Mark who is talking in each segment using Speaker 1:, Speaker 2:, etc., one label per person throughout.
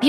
Speaker 1: 美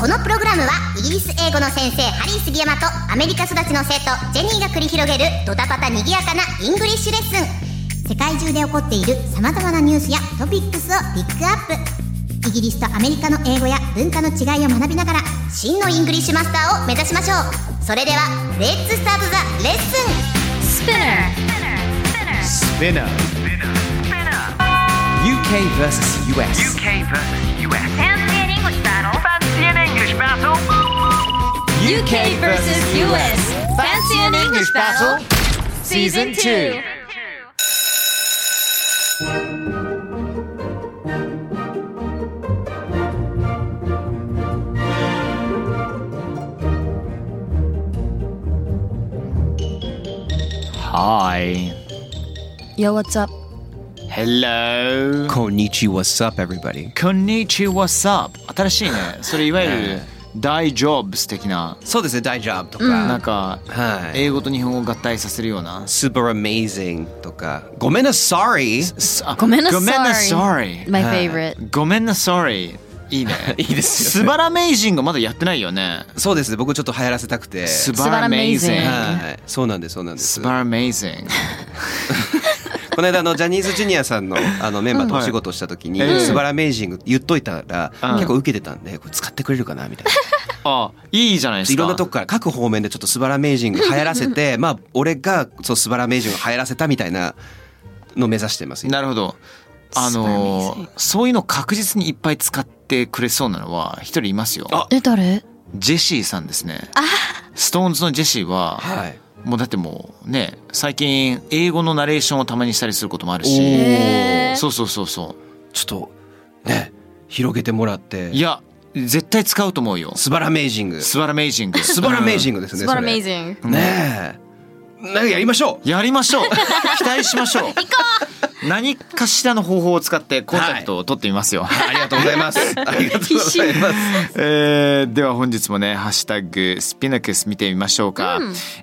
Speaker 2: このプログラムはイギリス英語の先生ハリー杉山とアメリカ育ちの生徒ジェニーが繰り広げるドタパタにぎやかなイングリッシュレッスン世界中で起こっている様々なニュースやトピックスをピックアップイギリスとアメリカの英語や文化の違いを学びながら真のイングリッシュマスターを目指しましょうそれではレッツスタートザレッスン
Speaker 3: Spinner. UK versus US.
Speaker 4: UK versus US. Fancy an English battle. Fancy an English battle.
Speaker 3: UK versus US. Fancy an English battle? Season 2. はい。
Speaker 5: Yo, what's up?
Speaker 3: Hello.
Speaker 6: Konichi, what's up, everybody?
Speaker 3: こんにちは、what's up? 新しい ね。それいわゆる大ジョブス的な。
Speaker 6: So there's a day job
Speaker 3: な
Speaker 6: toka.
Speaker 3: んか、
Speaker 6: Hi.
Speaker 3: 英語と日本語を合体させるような。
Speaker 6: Super amazing toka. Gomena sorry.
Speaker 3: ごめ
Speaker 5: んなさ
Speaker 3: ご
Speaker 5: い
Speaker 3: めんなさい。
Speaker 5: My favorite.
Speaker 3: ごめんなさい。いいね。
Speaker 6: いいですよ
Speaker 3: スバラメイジンがまだやってないよね。
Speaker 6: そうですね。僕ちょっと流行らせたくて。
Speaker 3: スバラメイジン。
Speaker 6: はい。そうなんです、そうなんです。
Speaker 3: ス
Speaker 6: こ
Speaker 3: バラメイジン。
Speaker 6: の間あのジャニーズジュニアさんのあのメンバーとお仕事をした時に
Speaker 3: うん
Speaker 6: 「スバラメイジング」言っといたら
Speaker 3: うん
Speaker 6: 結構受けてたんでこれ使ってくれるかなみたいな
Speaker 3: あ、いいじゃないですか。
Speaker 6: いろんなとこから各方面でちょっとスバラメイジング流行らせてまあ俺がそうスバラメイジング流行らせたみたいなのを目指してます
Speaker 3: なるほど。あのーそういうの確実にいっぱい使ってくれそうなのは一人いますよ。
Speaker 6: あ
Speaker 5: え、誰
Speaker 3: ジェシーさんですね。ストーンズのジェシーは、
Speaker 6: はい
Speaker 3: もうだってもうね最近英語のナレーションをたまにしたりすることもある
Speaker 6: おー
Speaker 3: し、
Speaker 5: へー
Speaker 3: そうそうそうそ
Speaker 6: ちょっとね広げてもらって
Speaker 3: う。いや絶対使うと思うよ。
Speaker 6: スバラメイジング
Speaker 3: スバラメイジング。
Speaker 6: スバラメイジ
Speaker 3: ン
Speaker 6: ング ですね
Speaker 5: It's not
Speaker 6: それ
Speaker 5: amazing.
Speaker 6: ねえなんかやりましょう
Speaker 3: グ。やりましょう。期待しましょう。何かしらの方法を使ってコンタクトを取ってみますよ。
Speaker 6: ありがとうございますあり がとうございます
Speaker 3: えーでは本日もね「ハッシュタグスピナクス」見てみましょうか、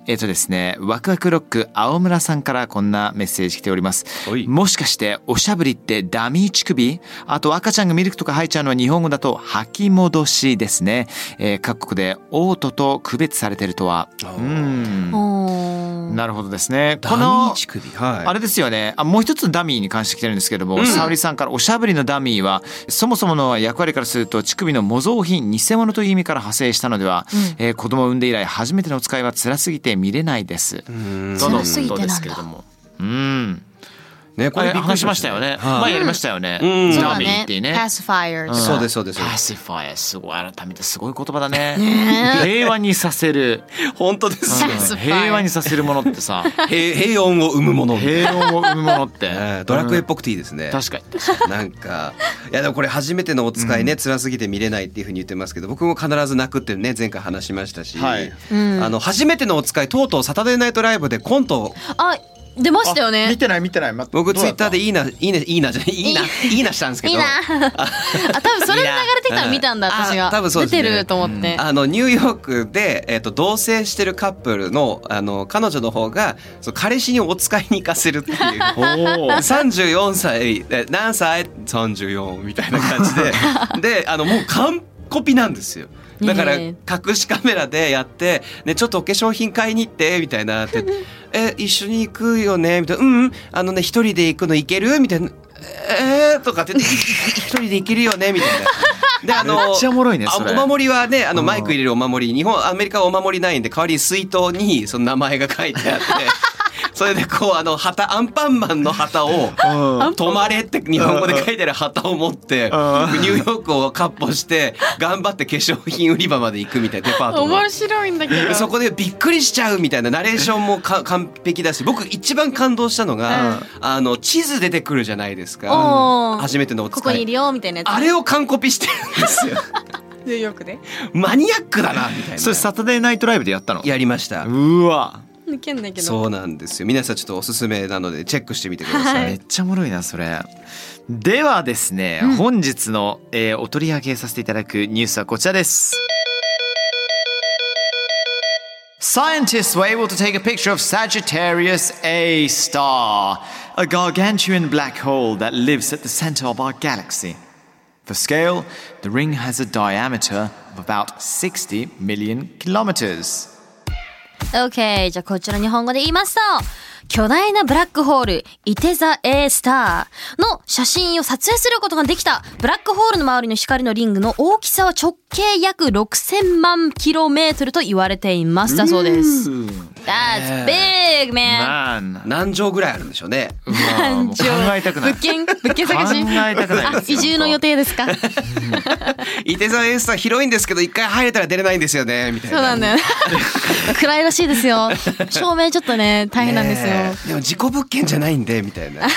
Speaker 3: えっ、とですねワクワクロック青村さんからこんなメッセージ来ております
Speaker 6: おい
Speaker 3: もしかしておしゃぶりってダミー乳首あと赤ちゃんがミルクとか入っちゃうのは日本語だと吐き戻しですね、えー各国で嘔吐と区別されてるとはうん
Speaker 5: おー
Speaker 3: なるほどですね
Speaker 6: ダ
Speaker 3: こ
Speaker 6: ミ
Speaker 3: の
Speaker 6: ー乳首はい
Speaker 3: あれですよねあもう一つダミーに関して来てるんですけども、沙織さんからおしゃぶりのダミーはそもそもの役割からすると乳首の模造品偽物という意味から派生したのでは、えー子供を産んで以来初めてのお使いは辛すぎて見れないです。
Speaker 6: うん
Speaker 3: との
Speaker 5: 辛すぎて
Speaker 3: こ
Speaker 5: なん
Speaker 3: と
Speaker 5: だ
Speaker 3: ですけれどもうん
Speaker 6: ね
Speaker 3: あ
Speaker 6: び
Speaker 3: れ
Speaker 6: っくり
Speaker 3: 話しましたよね、
Speaker 6: はい
Speaker 3: 前やりましたよね、
Speaker 6: うん
Speaker 5: そう
Speaker 3: ダ
Speaker 5: だ
Speaker 3: ミー
Speaker 5: ね
Speaker 3: っていうね。
Speaker 5: pacifier
Speaker 3: ん
Speaker 6: そうですそうです
Speaker 3: パシファイアすごい改めてすごい言葉だね平和にさせる
Speaker 6: 本当ですよ
Speaker 5: パシファイア
Speaker 3: 平和にさせるものって さ
Speaker 6: 平平穏を生むもの
Speaker 3: 平穏を生むものって
Speaker 6: ねドラクエっぽくていいですね、
Speaker 3: 確かに
Speaker 6: なんかいやでもこれ初めてのお使いね、辛すぎて見れないっていうふうに言ってますけど僕も必ず泣くってね前回話しましたし、
Speaker 3: はい
Speaker 6: あの初めてのお使いとうとうサタデーナイトライブでコント
Speaker 5: あ、出ましたよ
Speaker 3: あ見
Speaker 5: ね。
Speaker 3: てない見てない。ま
Speaker 6: 僕
Speaker 3: ど
Speaker 6: ツ
Speaker 3: う
Speaker 6: イ
Speaker 3: だ
Speaker 6: ッ
Speaker 3: っ
Speaker 6: タ
Speaker 3: た
Speaker 6: ーでいいないいねいいなじゃないいいないいなしたんですけど
Speaker 5: いいな。 あ、多分それで流れてきたら見たんだ、
Speaker 6: いいな
Speaker 5: 私
Speaker 6: あ
Speaker 5: が。
Speaker 6: 多分そう
Speaker 5: 出
Speaker 6: ですね
Speaker 5: てると思って。
Speaker 6: あのニューヨークで、えっと同棲してるカップルのあの彼女の方がそう彼氏にお使いに行かせるっていう34歳え何歳 ?34 みたいな感じでであのもう完コピなんですよ。だから
Speaker 5: ね
Speaker 6: 隠しカメラでやって、ね、ちょっとお化粧品買いに行ってみたいなって「え一緒に行くよね」みたいな「うんあのね一人で行くの行ける?」みたいな「えー」とかって「一人で行けるよね」みたいな。であの
Speaker 3: めっちゃおもろいねそれ
Speaker 6: あお守りはねあの
Speaker 3: うん
Speaker 6: マイク入れるお守り日本アメリカはお守りないんで代わりに水筒にその名前が書いて あってそれでこうあの旗アンパンマンの旗を「止まれ」って日本語で書いてある旗を持ってニューヨークをかっ歩して頑張って化粧品売り場まで行くみたいなデパートの。
Speaker 5: 面白いんだけ
Speaker 6: で
Speaker 5: ど。
Speaker 6: そこでびっくりしちゃうみたいなナレーションもか完璧だし僕一番感動したのが、あの地図出てくるじゃないですか
Speaker 5: おー
Speaker 6: 初めてのお使い
Speaker 5: ここにいるよみたいなやつ。
Speaker 6: あれを完コピしてるんですよ
Speaker 7: ニューヨークで
Speaker 6: マニアックだなみたいな
Speaker 3: それサタデーナイトライブでやったの
Speaker 6: やりました
Speaker 3: うわ
Speaker 7: 抜けんだけど
Speaker 6: そうなんですよ皆さんちょっとおすすめなのでチェックしてみてください、
Speaker 3: めっちゃおもろいなそれではですね、本日の、えーお取り上げさせていただくニュースはこちらです Scientists were able to take a picture of Sagittarius A star, a gargantuan black hole that lives at the center of our galaxy. For scale, the ring has a diameter of about 60 million kilometers.
Speaker 5: OK じゃあこちら日本語で言いますと巨大なブラックホールイテザ A スターの写真を撮影することができたブラックホールの周りの光のリングの大きさは直径約6000万キロメートルと言われていますだそうです。That's big man!
Speaker 3: なん
Speaker 6: 何畳ぐらいあるんでしょうね
Speaker 3: うわもう考えたくない
Speaker 5: 物件物件探し
Speaker 3: 考えたくない
Speaker 5: あ移住の予定ですかそ
Speaker 6: 伊手座エースは広いんですけど一回入れたら出れないんですよねみたいな
Speaker 5: うな んだよね暗いらしいですよ照明ちょっとね大変なんですよ、
Speaker 6: ねえでも事故物件じゃないんでみたいな
Speaker 5: い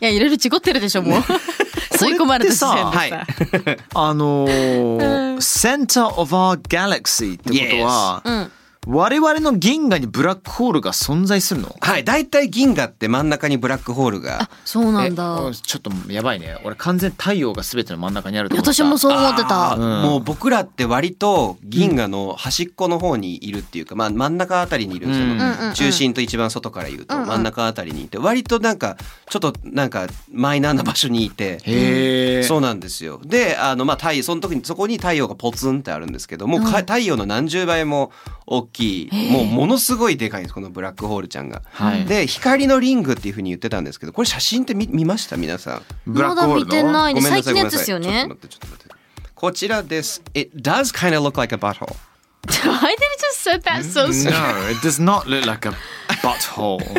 Speaker 5: やいろいろ事故ってるでしょもう吸い込まれた視線で
Speaker 3: これって
Speaker 5: さ
Speaker 3: あのー、センターオブアーガラクシーってことは、我々の銀河にブラックホールが存在するの
Speaker 6: はい大体銀河って真ん中にブラックホールが
Speaker 5: そうなん
Speaker 3: え
Speaker 5: だ
Speaker 3: 俺ちょっとやばいね俺完全に太陽が全ての真ん中にあると思って
Speaker 5: 私
Speaker 3: た
Speaker 5: もそう思って
Speaker 6: あ
Speaker 5: た
Speaker 6: ーもう僕らって割と銀河の端っこの方にいるっていうか、まあ、真ん中あたりにいるんですよ、
Speaker 3: うん
Speaker 5: うんうん
Speaker 6: 中心と一番外から言うと真ん中あたりにいて割となんかちょっとなんかマイナーな場所にいて。
Speaker 3: へえ
Speaker 6: そうなんですよであの、まあ、太陽その時にそこに太陽がポツンってあるんですけどもうか太陽の何十倍も大きいもうものすごいでかいんですこのブラックホールちゃんが。
Speaker 3: はい
Speaker 6: で光のリングっていうふうに言ってたんですけどこれ写真って見見ました皆さん。
Speaker 3: ブラッ
Speaker 5: ま
Speaker 3: ク
Speaker 5: だ
Speaker 3: ホー
Speaker 5: 見
Speaker 3: ル
Speaker 5: て
Speaker 3: の
Speaker 5: ない
Speaker 6: ご
Speaker 5: で
Speaker 6: めんな
Speaker 5: 最
Speaker 6: さい
Speaker 5: 近のやつですよ
Speaker 6: ごめん
Speaker 5: ね
Speaker 6: なさいちょっと待ってちょっと待ってこちらです。It does kind of look like a butthole.
Speaker 5: Why did it just say that so
Speaker 3: No, it does not look like a butthole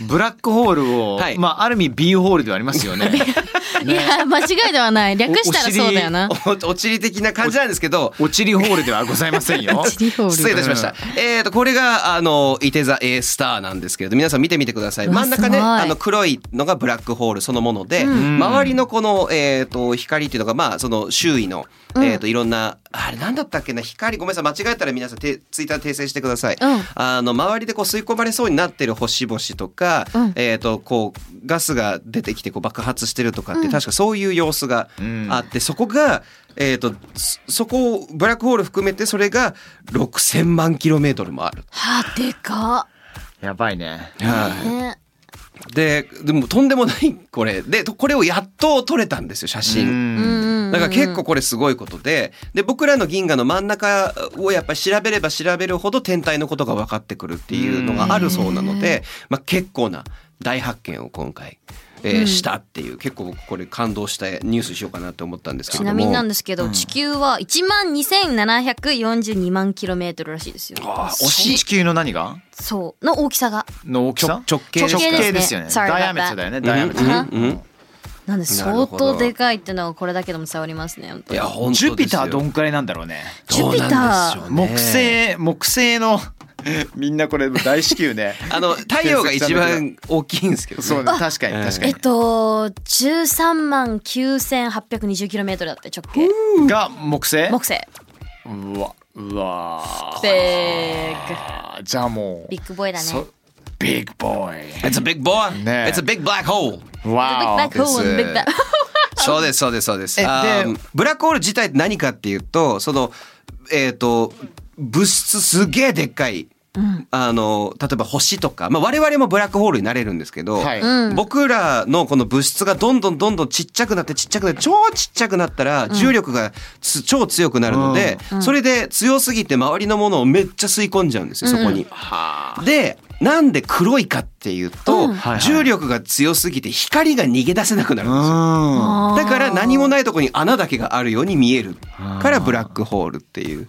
Speaker 3: ブラックホールを、
Speaker 6: はい
Speaker 3: まあある意味 B ホールではあります よね
Speaker 5: いや間違いではない略したらそうだよな
Speaker 6: おおちり的な感じなんですけど。
Speaker 3: おちりホールではございませんよ
Speaker 5: チリホール
Speaker 6: 失礼いたしました。えっ、と、これが、あの、いて座 A スターなんですけれど、皆さん見てみてください。
Speaker 5: うわ
Speaker 6: 真ん中ね、
Speaker 5: すごい
Speaker 6: あの、黒いのがブラックホールそのもので、周りのこの、えっ、と、光っていうのが、まあ、その周囲の、えっ、と、いろんな、あれ、なんだったっけな、光、ごめんなさい、間違えたら皆さん、てツイッターで訂正してください。
Speaker 5: うん
Speaker 6: あの、周りでこう吸い込まれそうになってる星々とか、
Speaker 5: うん
Speaker 6: えっ、と、こう、ガスが出てきて、こう、爆発してるとかって、確かそういう様子が
Speaker 3: ん
Speaker 6: あって、そこが、えー、とそそこをブラックホール含めてそれが6,000万キロメートルもある。
Speaker 5: はあでか
Speaker 3: やばいね
Speaker 5: っ
Speaker 6: は
Speaker 5: ね
Speaker 6: いででもとんでもないこれでとこれをやっと撮れたんですよ写
Speaker 3: う
Speaker 6: 真。
Speaker 5: うんん
Speaker 6: だから結構これすごいことでで僕らの銀河の真ん中をやっぱり調べれば調べるほど天体のことが分かってくるっていうのがあるそうなので、まあ、結構な大発見を今回、えーしたっていう結構僕これ感動したニュースしようかなと思ったんですけれ
Speaker 5: ち
Speaker 6: ども。
Speaker 5: なみになんですけど、地球は1万2742万キロメートルらしいですよ。
Speaker 6: あー惜しい
Speaker 3: 地球の何が
Speaker 5: そう。の大きさが。
Speaker 3: の大きさ
Speaker 6: 直径
Speaker 5: です
Speaker 3: 直
Speaker 5: ね
Speaker 3: 径ですよね
Speaker 5: Sorry about
Speaker 3: ダイアメーターだよねダイアメーター
Speaker 6: うんうんうん
Speaker 5: なん
Speaker 6: なる
Speaker 5: で相
Speaker 6: ほど
Speaker 5: 当でかいってのはこれだけでも伝わりますね。本当
Speaker 6: い
Speaker 5: に
Speaker 6: や本当です
Speaker 3: ジ
Speaker 6: よ
Speaker 3: ュピターどんくらいなんだろうね
Speaker 5: ジュピター
Speaker 6: どうなんでしょうね
Speaker 3: 木星木星のみんなこれ大至急 ね
Speaker 6: あの太陽が一番大きいんですけど、ね、
Speaker 3: そうね確かに確か
Speaker 5: え
Speaker 3: に
Speaker 5: っと、13万9820キロメートルだって直径。
Speaker 3: が木星
Speaker 5: 木星。
Speaker 3: うわうわ
Speaker 5: でーく
Speaker 3: あーじゃあもう
Speaker 5: ビッグボーイだね。
Speaker 3: そビッグボーイ
Speaker 6: It's a big boy、
Speaker 3: ねえ
Speaker 6: It's a big black hole
Speaker 3: わ
Speaker 5: Big black hole and big black-
Speaker 6: そうですそうですそうです
Speaker 3: えで
Speaker 6: あーブラックホール自体って何かっていうとそのえっ、と物質すげえでっかい、あの例えば星とか、まあ、我々もブラックホールになれるんですけど、
Speaker 3: はい
Speaker 6: 僕らのこの物質がどんどんどんどんちっちゃくなってちっちゃくなって超ちっちゃくなったら重力がつ超強くなるので、それで強すぎて周りのものをめっちゃ吸い込んじゃうんですよそこに。でなんで黒いかっていうと、
Speaker 3: はい
Speaker 6: 重力が強すぎて光が逃げ出せなくなるんですよ。
Speaker 3: うん
Speaker 6: だから何もないとこに穴だけがあるように見えるからブラックホールっていう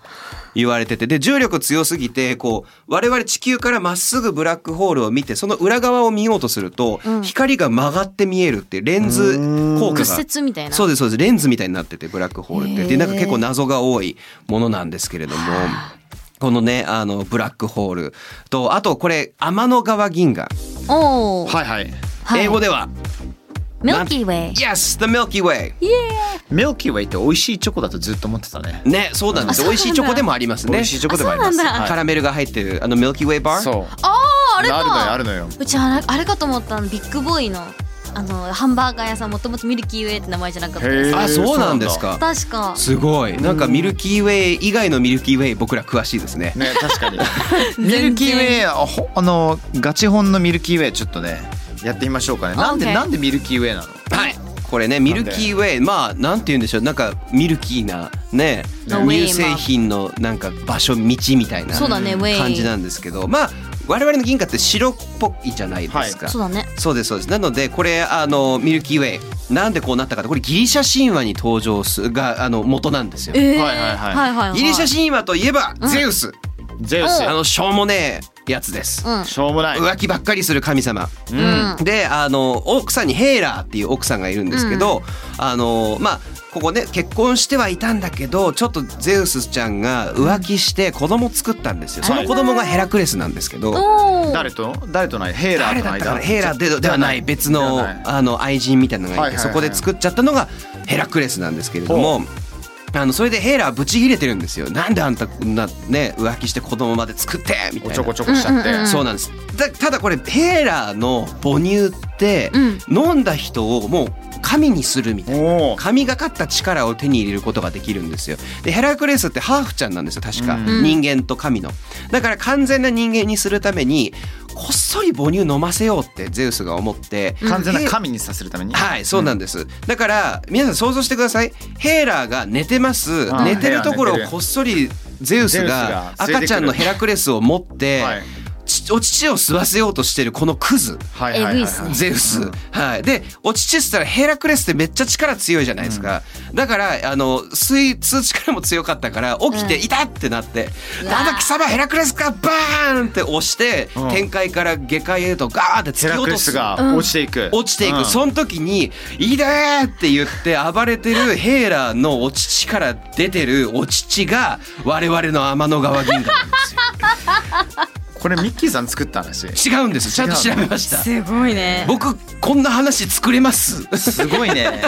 Speaker 6: 言われててで重力強すぎてこう我々地球からまっすぐブラックホールを見てその裏側を見ようとすると光が曲がって見えるっていうレンズ効果が
Speaker 5: 屈折みたいな。
Speaker 6: そうですそうですレンズみたいになっててブラックホールってでなんか結構謎が多いものなんですけれども。このね、あの、ブラックホールと、あとこれ、天の川銀河。
Speaker 5: おー
Speaker 3: はいはい
Speaker 5: はい
Speaker 6: 英語では、
Speaker 5: Milky Way
Speaker 6: Yes, the Milky Way
Speaker 3: ミルキーウェイって美味しいチョコだとずっと思ってたね。
Speaker 6: ねそうなんです美味しいチョコでもあります
Speaker 3: 美
Speaker 6: ね
Speaker 3: 味しいチョコでもあります。
Speaker 5: あそうなん
Speaker 3: はい
Speaker 6: カラメルが入ってるあの Milky Way バー
Speaker 3: そう。
Speaker 5: あああれか
Speaker 3: あるのよあるのよ。
Speaker 5: うちあれあれかと思ったのビッグボーイのあのハンバーガー屋さんもともとミルキーウェイって名前じゃなかったで
Speaker 3: へ
Speaker 5: す
Speaker 3: ー
Speaker 6: あそうなんですか
Speaker 5: 確か
Speaker 6: すごいなんかミルキーウェイ以外のミルキーウェイ僕ら詳しいですね
Speaker 3: ね確かに。ミルキーウェイあほあのガチ本のミルキーウェイちょっとねやってみましょうかね。なんで
Speaker 5: OK
Speaker 3: なんでミルキーウェイなの？
Speaker 6: はいこれねミルキーウェイまあなんて言うんでしょうなんかミルキーなね
Speaker 5: のウェイ
Speaker 6: 乳製品のなんか場所道みたいな
Speaker 5: そうだねウェイ
Speaker 6: 感じなんですけどまあ我々の銀貨って白っぽいじゃないですか、
Speaker 5: そうだね
Speaker 6: そうですそうですなのでこれあのミルキーウェイなんでこうなったかってこれギリシャ神話に登場するがあの元なんですよ
Speaker 5: えー、
Speaker 3: はいはいはい
Speaker 5: はいはいはい
Speaker 6: ギリシャ神話といえばゼウス、
Speaker 3: ゼウ
Speaker 5: ス
Speaker 6: あのしょうもねえやつです、
Speaker 5: うん
Speaker 3: しょうもない。
Speaker 6: 浮気ばっかりする神様
Speaker 3: うん
Speaker 5: うん
Speaker 6: であの奥さんにヘーラーっていう奥さんがいるんですけど、あのまあここね結婚してはいたんだけどちょっとゼウスちゃんが浮気して子供作ったんですよその子供がヘラクレスなんですけど、
Speaker 5: おー
Speaker 3: 誰と誰とないヘイラ
Speaker 6: 誰
Speaker 3: ーとの
Speaker 6: だったか
Speaker 3: 間
Speaker 6: なヘーラーでではない別
Speaker 3: で
Speaker 6: の
Speaker 3: はない
Speaker 6: あの愛人みたいなのがいて
Speaker 3: はいはいは
Speaker 6: そ
Speaker 3: い
Speaker 6: こで作っちゃったのがヘラクレスなんですけれども。あのそれでヘーラーはブチ切れてるんですよなんであんたこんなね浮気して子供まで作ってみたい
Speaker 3: お
Speaker 6: な
Speaker 3: ちょこちょこしちゃって。
Speaker 6: そうなんですだただこれヘーラーの母乳って、
Speaker 5: うん
Speaker 6: 飲んだ人をもう神にするみたいな
Speaker 3: おお。
Speaker 6: 神がかった力を手に入れることができるんですよでヘラクレスってハーフちゃんなんですよ確か、
Speaker 3: うん
Speaker 6: 人間と神のだから完全な人間にするためにこっそり母乳飲ませようってゼウスが思って
Speaker 3: 完全な
Speaker 6: ヘー
Speaker 3: 神にさせるために。
Speaker 6: はいそうなんです、だから皆さん想像してくださいヘーラーが寝てます
Speaker 3: あー
Speaker 6: 寝てるところ
Speaker 3: ヘーラー寝て
Speaker 6: を
Speaker 3: る
Speaker 6: こっそりゼウスが
Speaker 3: ゼウスが連
Speaker 6: 赤
Speaker 3: れてくる
Speaker 6: ちゃんのヘラクレスを持って、
Speaker 3: はい
Speaker 6: ちお乳を吸わせようとしてるこのクズ
Speaker 3: は
Speaker 5: えぐいっすね
Speaker 6: ゼウス、はいでお乳吸ったらヘラクレスってめっちゃ力強いじゃないですか、だからあの吸い吸う力も強かったから起きて「
Speaker 5: うん
Speaker 6: いた!」ってなって「
Speaker 5: わー
Speaker 6: なんだ貴様ヘラクレスか!」バーンって押して、
Speaker 3: うん
Speaker 6: 天界から下界へとガーって
Speaker 3: ヘ
Speaker 6: 突き
Speaker 3: ラク
Speaker 6: 落
Speaker 3: レ
Speaker 6: と
Speaker 3: ス
Speaker 6: す
Speaker 3: が落ちていく。
Speaker 6: 落ちていく、
Speaker 3: うん
Speaker 6: その時に「いいでー!」って言って暴れてるヘーラーのお乳から出てるお乳が我々の天の川銀河なんで
Speaker 3: これミッキーさん作った話。
Speaker 6: すよ違うんですちゃんと調べました
Speaker 5: すごいね
Speaker 6: 僕こんな話作れます
Speaker 3: すごいね。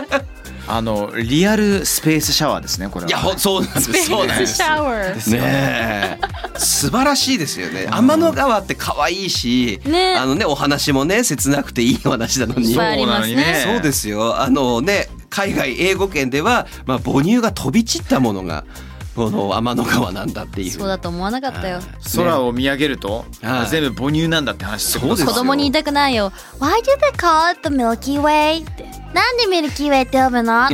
Speaker 3: あのリアルスペースシャワーですねこれは。
Speaker 6: いやほそうなんですそうなんです
Speaker 5: ワー
Speaker 3: ですよ。
Speaker 6: ねえ素晴らしいですよね天の川って可愛いし、
Speaker 5: ねえ
Speaker 6: あのねお話もね切なくていいお話なの
Speaker 5: い
Speaker 6: に
Speaker 5: っぱいありますね
Speaker 6: そうですすよ。あのね、海外英語圏では、まあ、母乳が飛び散ったものが。この天の川なんだっていう。
Speaker 5: そうだと思わなかったよ
Speaker 3: 空を見上げると、
Speaker 6: はい
Speaker 3: 全部母乳なんだって話って
Speaker 6: そ
Speaker 3: こと
Speaker 6: う
Speaker 5: 子
Speaker 6: ですよ
Speaker 5: 供に言いたくないよ Why do they call it the Milky Way? ってなんでミルキーウェイって呼ぶ の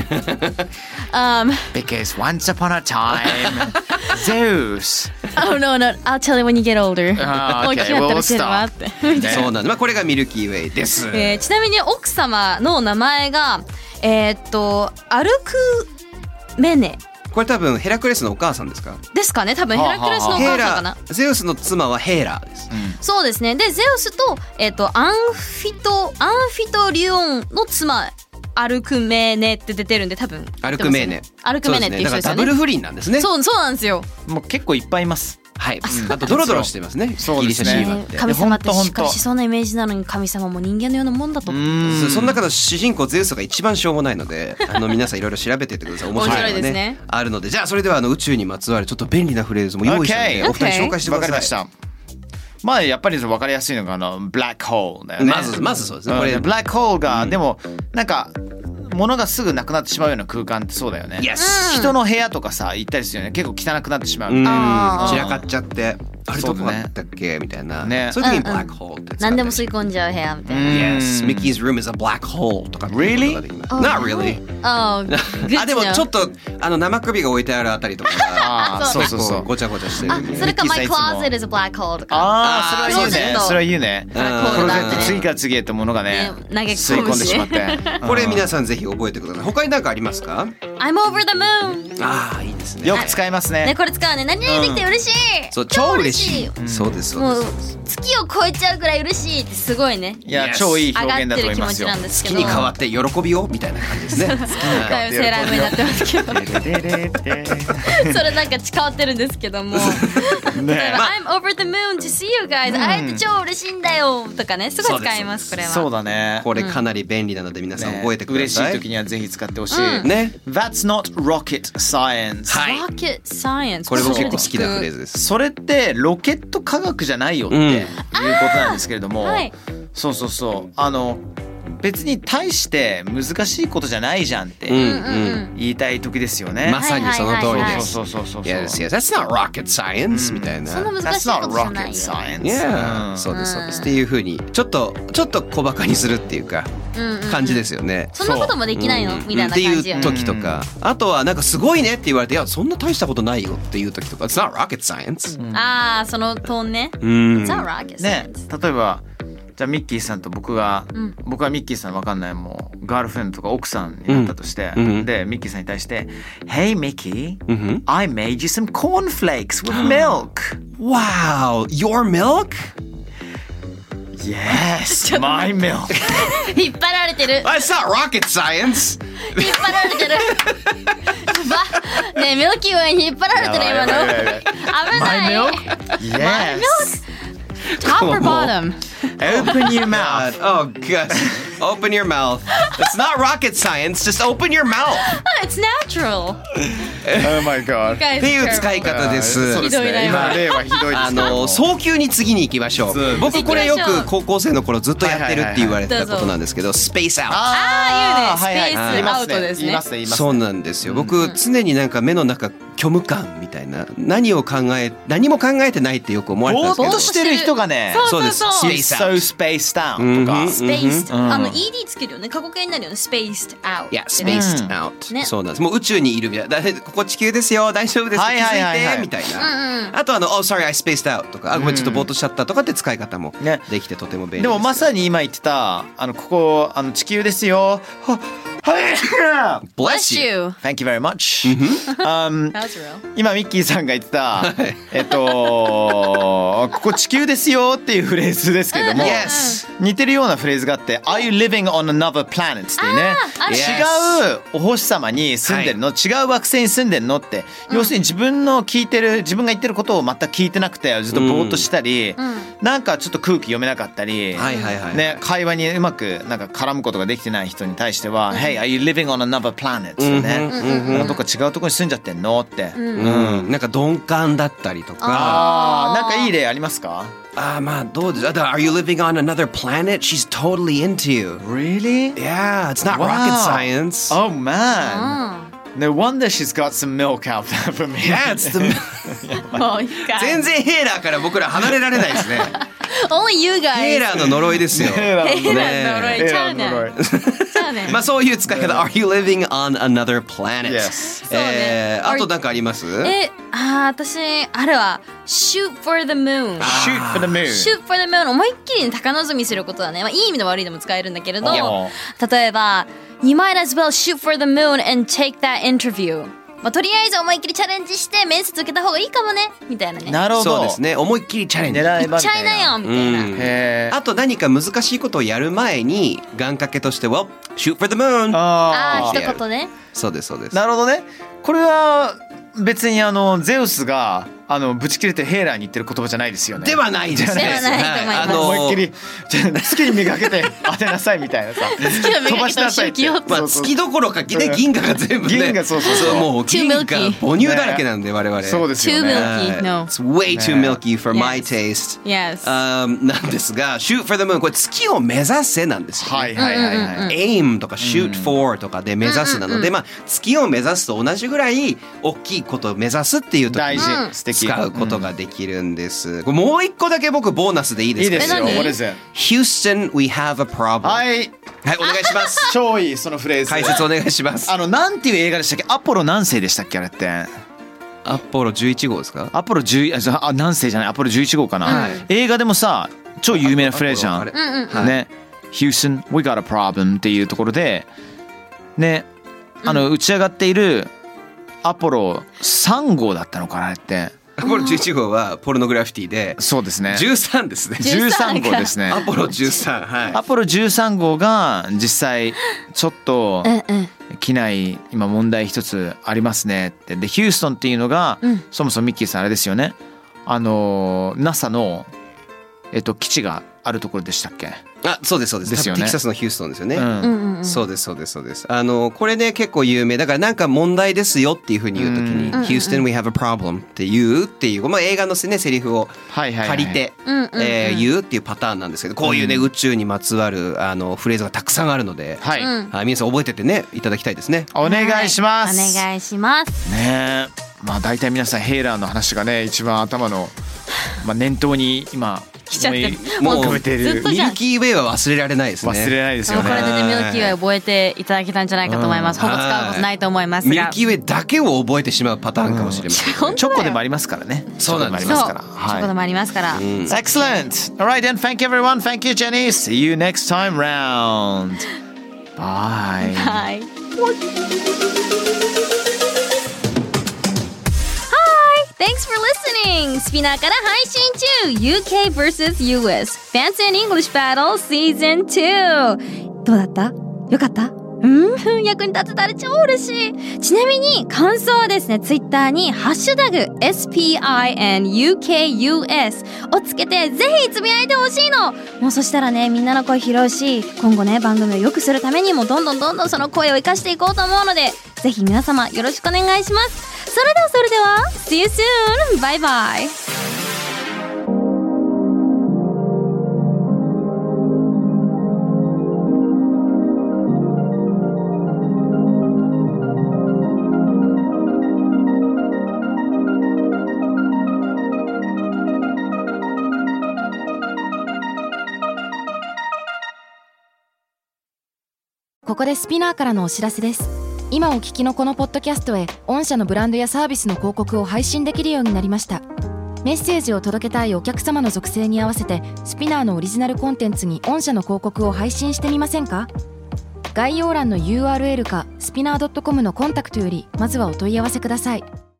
Speaker 5: um,
Speaker 3: Because once upon a time, Zeus.
Speaker 5: Oh no no I'll tell you when you get older
Speaker 3: あー
Speaker 5: 大
Speaker 3: okay
Speaker 5: きくなったら教えるわって
Speaker 3: ね
Speaker 6: そうなんです。まあ、これがミルキーウェイです。
Speaker 5: えーちなみに奥様の名前がえーっとアルクメネ
Speaker 6: これ多分ヘラクレスのお母さんですか。
Speaker 5: ですかね多分ヘラクレスのお
Speaker 6: ヘ
Speaker 5: 母
Speaker 6: ー
Speaker 5: さんか
Speaker 6: ラ
Speaker 5: な
Speaker 6: ー、ゼウスの妻はヘーラーです。
Speaker 5: そうですねでゼウスと,、えー、とアンフィトアンフィトリオンの妻アルクメーネって出てるんで多分
Speaker 6: アルクメーネ。
Speaker 5: アルクメーネっていう人
Speaker 6: そうですすねだから
Speaker 5: でよ
Speaker 6: ダブ
Speaker 5: ね
Speaker 6: ル不倫なんですね。
Speaker 5: そうそうなんですよ
Speaker 3: もう結構いっぱいいます。
Speaker 6: はい。あとドロドロしてますね。
Speaker 3: そ
Speaker 6: ギ
Speaker 3: うで
Speaker 6: リ
Speaker 3: す
Speaker 6: シ
Speaker 3: ね
Speaker 6: ャ神話って。
Speaker 5: 神様って
Speaker 3: ほんとほんと
Speaker 5: しっかりしそうなイメージなのに神様も人間のようなもんだ
Speaker 6: そ
Speaker 5: と
Speaker 6: うその中
Speaker 3: で
Speaker 6: の主人公ゼウスが一番しょうもないの で、あの皆さんいろいろ調べてってください。面白いのが
Speaker 5: 面白いですね
Speaker 6: あるので、じゃあそれではあの宇宙にまつわるちょっと便利なフレーズも用意したので、
Speaker 3: Okay
Speaker 6: お二人紹介してく
Speaker 3: わ
Speaker 6: ださい。
Speaker 3: かりました。まあやっぱりそのわかりやすいのがあのブラックホールだよね。
Speaker 6: まずまずそうですね
Speaker 3: ん
Speaker 6: これ
Speaker 3: ブラックホールが、でもなんか物がすぐなくなってしまうような空間ってそうだよね。
Speaker 6: Yes
Speaker 3: 人の部屋とかさ行ったりするよね。結構汚くなってしまう。
Speaker 6: うん、散
Speaker 5: あー
Speaker 6: らかっちゃって、あれどこだったっけみたいな。
Speaker 3: ね
Speaker 6: そういう時に
Speaker 5: うん
Speaker 6: ブ
Speaker 5: うん
Speaker 6: ラックホールって。
Speaker 5: 何でも吸い
Speaker 6: い。
Speaker 5: 込んじゃう部屋みたいな。
Speaker 6: Yes, Mickey's room is a black hole とかっていうことができます。
Speaker 5: Really?
Speaker 6: Not really.
Speaker 5: あー good to
Speaker 6: あ、でも
Speaker 5: know
Speaker 6: ちょっとあの生首が置いてあるあたりとか
Speaker 3: あ
Speaker 6: が、
Speaker 3: ーそうそうそう
Speaker 6: 結構ごちゃごちゃしてる
Speaker 5: あ
Speaker 6: んで。
Speaker 5: それか
Speaker 3: ミッキーさんい
Speaker 5: My
Speaker 3: つも
Speaker 5: closet is a black hole とか。
Speaker 3: ああ、それは言うね
Speaker 5: あ。ー
Speaker 3: それは言うね。プ
Speaker 6: あー
Speaker 3: ロジェクト次から次へとものがね、
Speaker 5: ね投げ
Speaker 3: 吸い
Speaker 5: 込
Speaker 3: 込
Speaker 5: む
Speaker 3: んで
Speaker 5: し
Speaker 3: しま
Speaker 5: ね
Speaker 3: って。
Speaker 6: これ皆さんぜひ覚えてください。他に何かありますか？
Speaker 5: I'm over the moon。
Speaker 6: ああいいですね。ですね
Speaker 3: よく使いますね
Speaker 5: ね、これ使うね。何々できて嬉しい。
Speaker 6: そう超嬉しい、
Speaker 5: 超
Speaker 3: ん
Speaker 6: そうですそう
Speaker 5: も
Speaker 6: で
Speaker 5: う
Speaker 6: す
Speaker 5: 月を超えちゃうぐらい嬉しいってすごいね。
Speaker 3: いや
Speaker 6: Yes
Speaker 3: 超いい表
Speaker 5: 上
Speaker 3: 現だ
Speaker 5: がっ
Speaker 3: と思い
Speaker 5: てる気
Speaker 3: ま
Speaker 5: 持
Speaker 3: す
Speaker 5: ち
Speaker 3: よ
Speaker 5: なんですけ
Speaker 6: 月
Speaker 5: ど。
Speaker 6: に変わって喜びよみたいな感じですね
Speaker 5: だい ぶセーラームーンになってますけど それなんか変わってるんですけ ども 例えば「I'm over the moon to see you guys」「会えて超嬉しいんだよ」とかねすごい使いますこれは
Speaker 3: そうだね
Speaker 6: これかなり便利なので皆さん
Speaker 3: ね
Speaker 6: 覚えてください、
Speaker 3: 嬉しい時にはぜひ使ってほしい、
Speaker 6: ね
Speaker 3: That's not rocket science、
Speaker 6: はい
Speaker 5: ロケットサイエンス
Speaker 6: これ僕結構好きなフレーズです
Speaker 3: それってロケット科学じゃないよって
Speaker 6: うん
Speaker 3: いうことなんですけれども、
Speaker 5: はい
Speaker 3: そうそうそうあの別に大して難しいことじゃないじゃんって
Speaker 6: うんう
Speaker 5: うんうんうんん
Speaker 3: 言いたい時ですよね。
Speaker 6: まさにその通り
Speaker 5: はい
Speaker 6: で
Speaker 5: はい
Speaker 6: す
Speaker 3: そうそうそうそう。
Speaker 6: Yes, yes, that's not rocket science みたい
Speaker 5: そんな
Speaker 6: な
Speaker 5: 難し
Speaker 3: That's
Speaker 5: い
Speaker 3: not
Speaker 5: ことじゃない
Speaker 3: rocket
Speaker 5: よ
Speaker 3: science.
Speaker 6: Yeah そうですそうですっていうふうにちょっとちょっと小バカにするっていうか
Speaker 5: うんうん
Speaker 6: 感じですよね
Speaker 5: そんなこともできないの
Speaker 6: うん
Speaker 5: みたいな感
Speaker 6: って
Speaker 5: じ
Speaker 6: い
Speaker 5: よ
Speaker 6: う
Speaker 5: ね
Speaker 6: 時とかあとはなんかすごいねって言われていやそんな大したことないよっていう時とか It's not rocket science
Speaker 5: ああそのトーンね
Speaker 6: うん
Speaker 5: 「ザ・ロケットサイエ
Speaker 3: ね
Speaker 5: ンス、
Speaker 3: 例えばじゃあミッキーさんと僕が、
Speaker 5: ん
Speaker 3: 僕はミッキーさんわかんないもうガールフレンドとか奥さんになったとして、
Speaker 6: うんうん
Speaker 3: でミッキーさんに対して「Hey Mickey、
Speaker 6: うん
Speaker 3: I made you some cornflakes with milk
Speaker 6: Wow your milk
Speaker 3: Yes my milk
Speaker 5: 引っ張られてる
Speaker 6: That's not rocket science
Speaker 5: 引っ張られてるばねえミルキーウェイに引っ張られてる今の
Speaker 3: やばいやばいや
Speaker 5: 危ない
Speaker 3: Yes
Speaker 5: トップボトム
Speaker 3: Open your
Speaker 6: God.
Speaker 3: mouth
Speaker 6: Oh, God. open your mouth. It's not rocket science. Just open your mouth.
Speaker 5: It's natural
Speaker 3: Oh my god
Speaker 5: って
Speaker 6: っていう使い方です
Speaker 3: そう。です
Speaker 5: ひどいな
Speaker 3: ね 今例はひどいですけど
Speaker 6: あの早急に次に行きましょ
Speaker 3: そう
Speaker 6: う。僕これよく高校生の頃ずっとやってるって言われて
Speaker 5: はい
Speaker 6: た
Speaker 5: はいはいはい
Speaker 6: ことなんですけど、スペースアウ
Speaker 3: あ
Speaker 5: あー言うね
Speaker 3: はいはい言
Speaker 5: スペース
Speaker 3: います
Speaker 5: アウトですね
Speaker 3: 言いますね言い
Speaker 6: ト。
Speaker 3: ます
Speaker 6: そ
Speaker 3: ね
Speaker 6: うなんですよ。僕常になんか目の中虚無感みたいな何を考え何も考えてないってよく思われたん
Speaker 3: ぼー
Speaker 6: で
Speaker 3: っと
Speaker 6: す
Speaker 3: してる人がね
Speaker 6: けど。そうです。ス
Speaker 5: そう
Speaker 6: ペ
Speaker 3: He's
Speaker 6: ースア
Speaker 3: so
Speaker 6: ウト。
Speaker 3: spaced out とか
Speaker 6: うん
Speaker 5: スペース、
Speaker 3: うん
Speaker 5: あの ED つけるよね過去形になるよね spaced out
Speaker 6: いや、スペースアウ
Speaker 5: ね
Speaker 6: ト。そうなんです。もう宇宙にいるみたいな。だここ地球ですよ。大丈夫です。気
Speaker 3: はいはいはいは
Speaker 6: づい
Speaker 3: い
Speaker 6: てみたい
Speaker 5: うんうん
Speaker 6: な。あとあの、oh sorry I spaced out とか、あごめんちょっとぼーっとしちゃったとかって使い方も
Speaker 3: ね
Speaker 6: できてとても便利
Speaker 3: でもま
Speaker 6: に
Speaker 3: さに今言ってたあのここあの地球ですよ。ははい
Speaker 6: Bless you。
Speaker 3: Thank you very much. Um,
Speaker 5: That's real
Speaker 3: 今ミッキーさんが言ってたえっとここ地球ですよっていうフレーズですけども
Speaker 6: Yes
Speaker 3: 似てるようなフレーズがあって「Are you living on another planet?」っていうね
Speaker 6: ある
Speaker 3: 違うお星様に住んでるの違う惑星に住んでるのって要するに自分の聞いてる自分が言ってることを全く聞いてなくてずっとぼーっとしたりなんかちょっと空気読めなかったり
Speaker 6: はいはいはい。
Speaker 3: ね、会話にうまくなんか絡むことができてない人に対しては「Hey, are you living on another planet?」ってね、なんかどっか違うところに住んじゃってんのって、
Speaker 6: うん。なんか鈍感だったりとか。
Speaker 3: あーなんかいい例ありますか
Speaker 6: ああまあどうです。あだから Are you living on another planet? She's totally into you.
Speaker 3: Really?
Speaker 6: Yeah, it's not
Speaker 3: Wow.
Speaker 6: rocket science.
Speaker 3: Oh man! No wonder she's got some milk out there for me.
Speaker 6: Yeah, it's the
Speaker 5: もう一回
Speaker 6: 全然ヘーラーから僕ら離れられない ですね。
Speaker 5: Only you
Speaker 6: ヘー
Speaker 5: guys
Speaker 6: ラーの呪いですよ。
Speaker 5: ヘーラーの呪いちゃうね
Speaker 3: 呪い
Speaker 5: ちゃうね
Speaker 6: まあそういう使い方。Are you living on another planet?
Speaker 3: Yes
Speaker 6: えー
Speaker 5: そうね
Speaker 6: あとなんかあります
Speaker 5: えあー私あれは Shoot for the moon
Speaker 3: Shoot for the moon.
Speaker 5: Shoot for the moon 思いっきりね高望みすることだね、まあ、いい意味でも悪い意味でも使えるんだけれど
Speaker 3: いやも
Speaker 5: 例えば You might as well shoot for the moon and take that interview まあ、とりあえず思いっきりチャレンジして面接受けた方がいいかもねみたいなね
Speaker 3: なるほど。
Speaker 6: そうですね。思いっきりチャレンジ。
Speaker 3: 狙えばみ
Speaker 5: チャ
Speaker 3: た
Speaker 5: イ
Speaker 3: い
Speaker 5: ナ
Speaker 3: な。
Speaker 5: よみたいな、
Speaker 6: うん
Speaker 3: へー
Speaker 6: あと何か難しいことをやる前に願掛けとして Well, shoot for the moon!
Speaker 3: あ
Speaker 5: あ
Speaker 3: ー
Speaker 5: あー一言ね
Speaker 6: そうですそうです。
Speaker 3: なるほどね。これは別にあのゼウスがあのぶち切れてヘーラーに言ってる言葉じゃないですよね。
Speaker 6: ではないですね。
Speaker 5: ではないと思
Speaker 6: は
Speaker 3: 思
Speaker 5: います
Speaker 3: いっき
Speaker 6: あ
Speaker 3: りじゃあ好きに磨けて 当てなさいみたいなさ。飛ばしなさいって。
Speaker 6: のまあ、
Speaker 3: そうそう
Speaker 6: 月どころかね銀河が全部ね
Speaker 3: 銀河そうそうそう
Speaker 6: もう
Speaker 5: Too
Speaker 6: 銀河
Speaker 5: milky
Speaker 6: 母乳だらけなんで我々
Speaker 3: そうですよ
Speaker 5: Two
Speaker 3: ね。
Speaker 5: milky
Speaker 6: はい
Speaker 5: No.
Speaker 6: It's way too
Speaker 3: ね
Speaker 6: milky for my taste
Speaker 5: Yes
Speaker 6: あーなんですが Shoot for the moon これ月を目指せなんですよね
Speaker 3: はいはいはいはい。
Speaker 6: aim とか shoot for とかで目指すなので、まあ、月を目指すと同じぐらい大きいことを目指すっていう時
Speaker 3: 大事
Speaker 6: に
Speaker 3: 素敵
Speaker 6: 使うことができるんです。これもう一個だけ僕ボーナスでいいで
Speaker 3: いい
Speaker 6: すか
Speaker 3: ですよ。
Speaker 5: え何
Speaker 3: What is it?
Speaker 6: Houston, we have a problem. はい、
Speaker 3: はい。
Speaker 6: お願いします。
Speaker 3: 超いいそのフレーズ。
Speaker 6: 解説お願いします。
Speaker 3: あのなんていう映画でしたっけ？アポロ何世でしたっけあれって。
Speaker 6: アポロ11号ですか
Speaker 3: アポロ10あじゃああ何世じゃないアポロ11号かな、映画でもさ超有名なフレーズじゃん、
Speaker 6: うんうん
Speaker 3: ね「Houston we got a problem」っていうところでねあの打ち上がっているアポロ3号だったのかなあれって
Speaker 6: アポロ11号はポルノグラフィティで
Speaker 3: そうですね
Speaker 6: 13ですね。
Speaker 3: 13号ですね
Speaker 6: アポロ13はい。
Speaker 3: アポロ13号が実際ちょっと
Speaker 5: うんうん
Speaker 3: 機内今問題一つありますねってでヒューストンっていうのが、
Speaker 5: うん
Speaker 3: そもそもミッキーさんあれですよねあの NASA の、えっと、基地があるところでしたっけ、
Speaker 6: あそうですそうです
Speaker 3: ですよね
Speaker 6: テキサスのヒューストンですよね。
Speaker 3: うん
Speaker 5: うんうんうん
Speaker 6: そうですそうですそうです。あのこれね結構有名だからなんか問題ですよっていうふうに言うときに
Speaker 3: う
Speaker 6: 「Houston we have a problem」って言うっていうまあ映画のねセリフを
Speaker 3: はいはいは
Speaker 6: 借
Speaker 3: い
Speaker 6: りて
Speaker 5: うんうんうん
Speaker 6: えー言うっていうパターンなんですけどこういうね宇宙にまつわるあのフレーズがたくさんあるので、
Speaker 3: はい、
Speaker 5: うん
Speaker 6: あ皆さん覚えてってねいただきたいですね。
Speaker 3: お願いします、
Speaker 5: お願いします
Speaker 3: ねえまあ大体皆さんヘイラーの話がね一番頭の、まあ、念頭に今
Speaker 5: 来ちゃってる
Speaker 3: 思い
Speaker 6: もう
Speaker 3: 浮かべて
Speaker 5: ずっ
Speaker 3: る
Speaker 5: と
Speaker 6: ミ
Speaker 5: じゃん
Speaker 6: ルキーウェイは忘れられないですね。
Speaker 3: 忘れないですよ
Speaker 5: こ
Speaker 3: ね
Speaker 5: れでねミルキーウェイ覚えていただけたんじゃないかと思います
Speaker 6: うん
Speaker 5: ほぼ使うことないと思います
Speaker 6: ミル
Speaker 5: が
Speaker 6: キーウェイだけを覚えてしまうパターンかもしれません。
Speaker 5: 本当だよ
Speaker 3: チョコでもありますからね
Speaker 6: そうなんです
Speaker 3: チョコでもありますから
Speaker 5: そうこともありますから、
Speaker 3: Excellent. All right, then. Thank you, everyone. Thank you, Jenny. See you next time round. Bye.
Speaker 5: はい。Thanks for listening! スピナーから配信中 !UK vs.US Fancy and English Battle Season 2! どうだったよかったうん 役に立てたら超嬉しいちなみに感想はですね、Twitter にハッシュタグ SPINUKUS をつけてぜひつぶやいてほしいのもうそしたらね、みんなの声拾うし、今後ね、番組を良くするためにもどんどんどんどんその声を生かしていこうと思うので、ぜひ皆様よろしくお願いします。それではそれでは、See you soon! バイバイ
Speaker 7: ここでスピナーからのお知らせです今お聞きのこのポッドキャストへ御社のブランドやサービスの広告を配信できるようになりましたメッセージを届けたいお客様の属性に合わせてスピナーのオリジナルコンテンツに御社の広告を配信してみませんか概要欄の URL かスピナー .com のコンタクトよりまずはお問い合わせください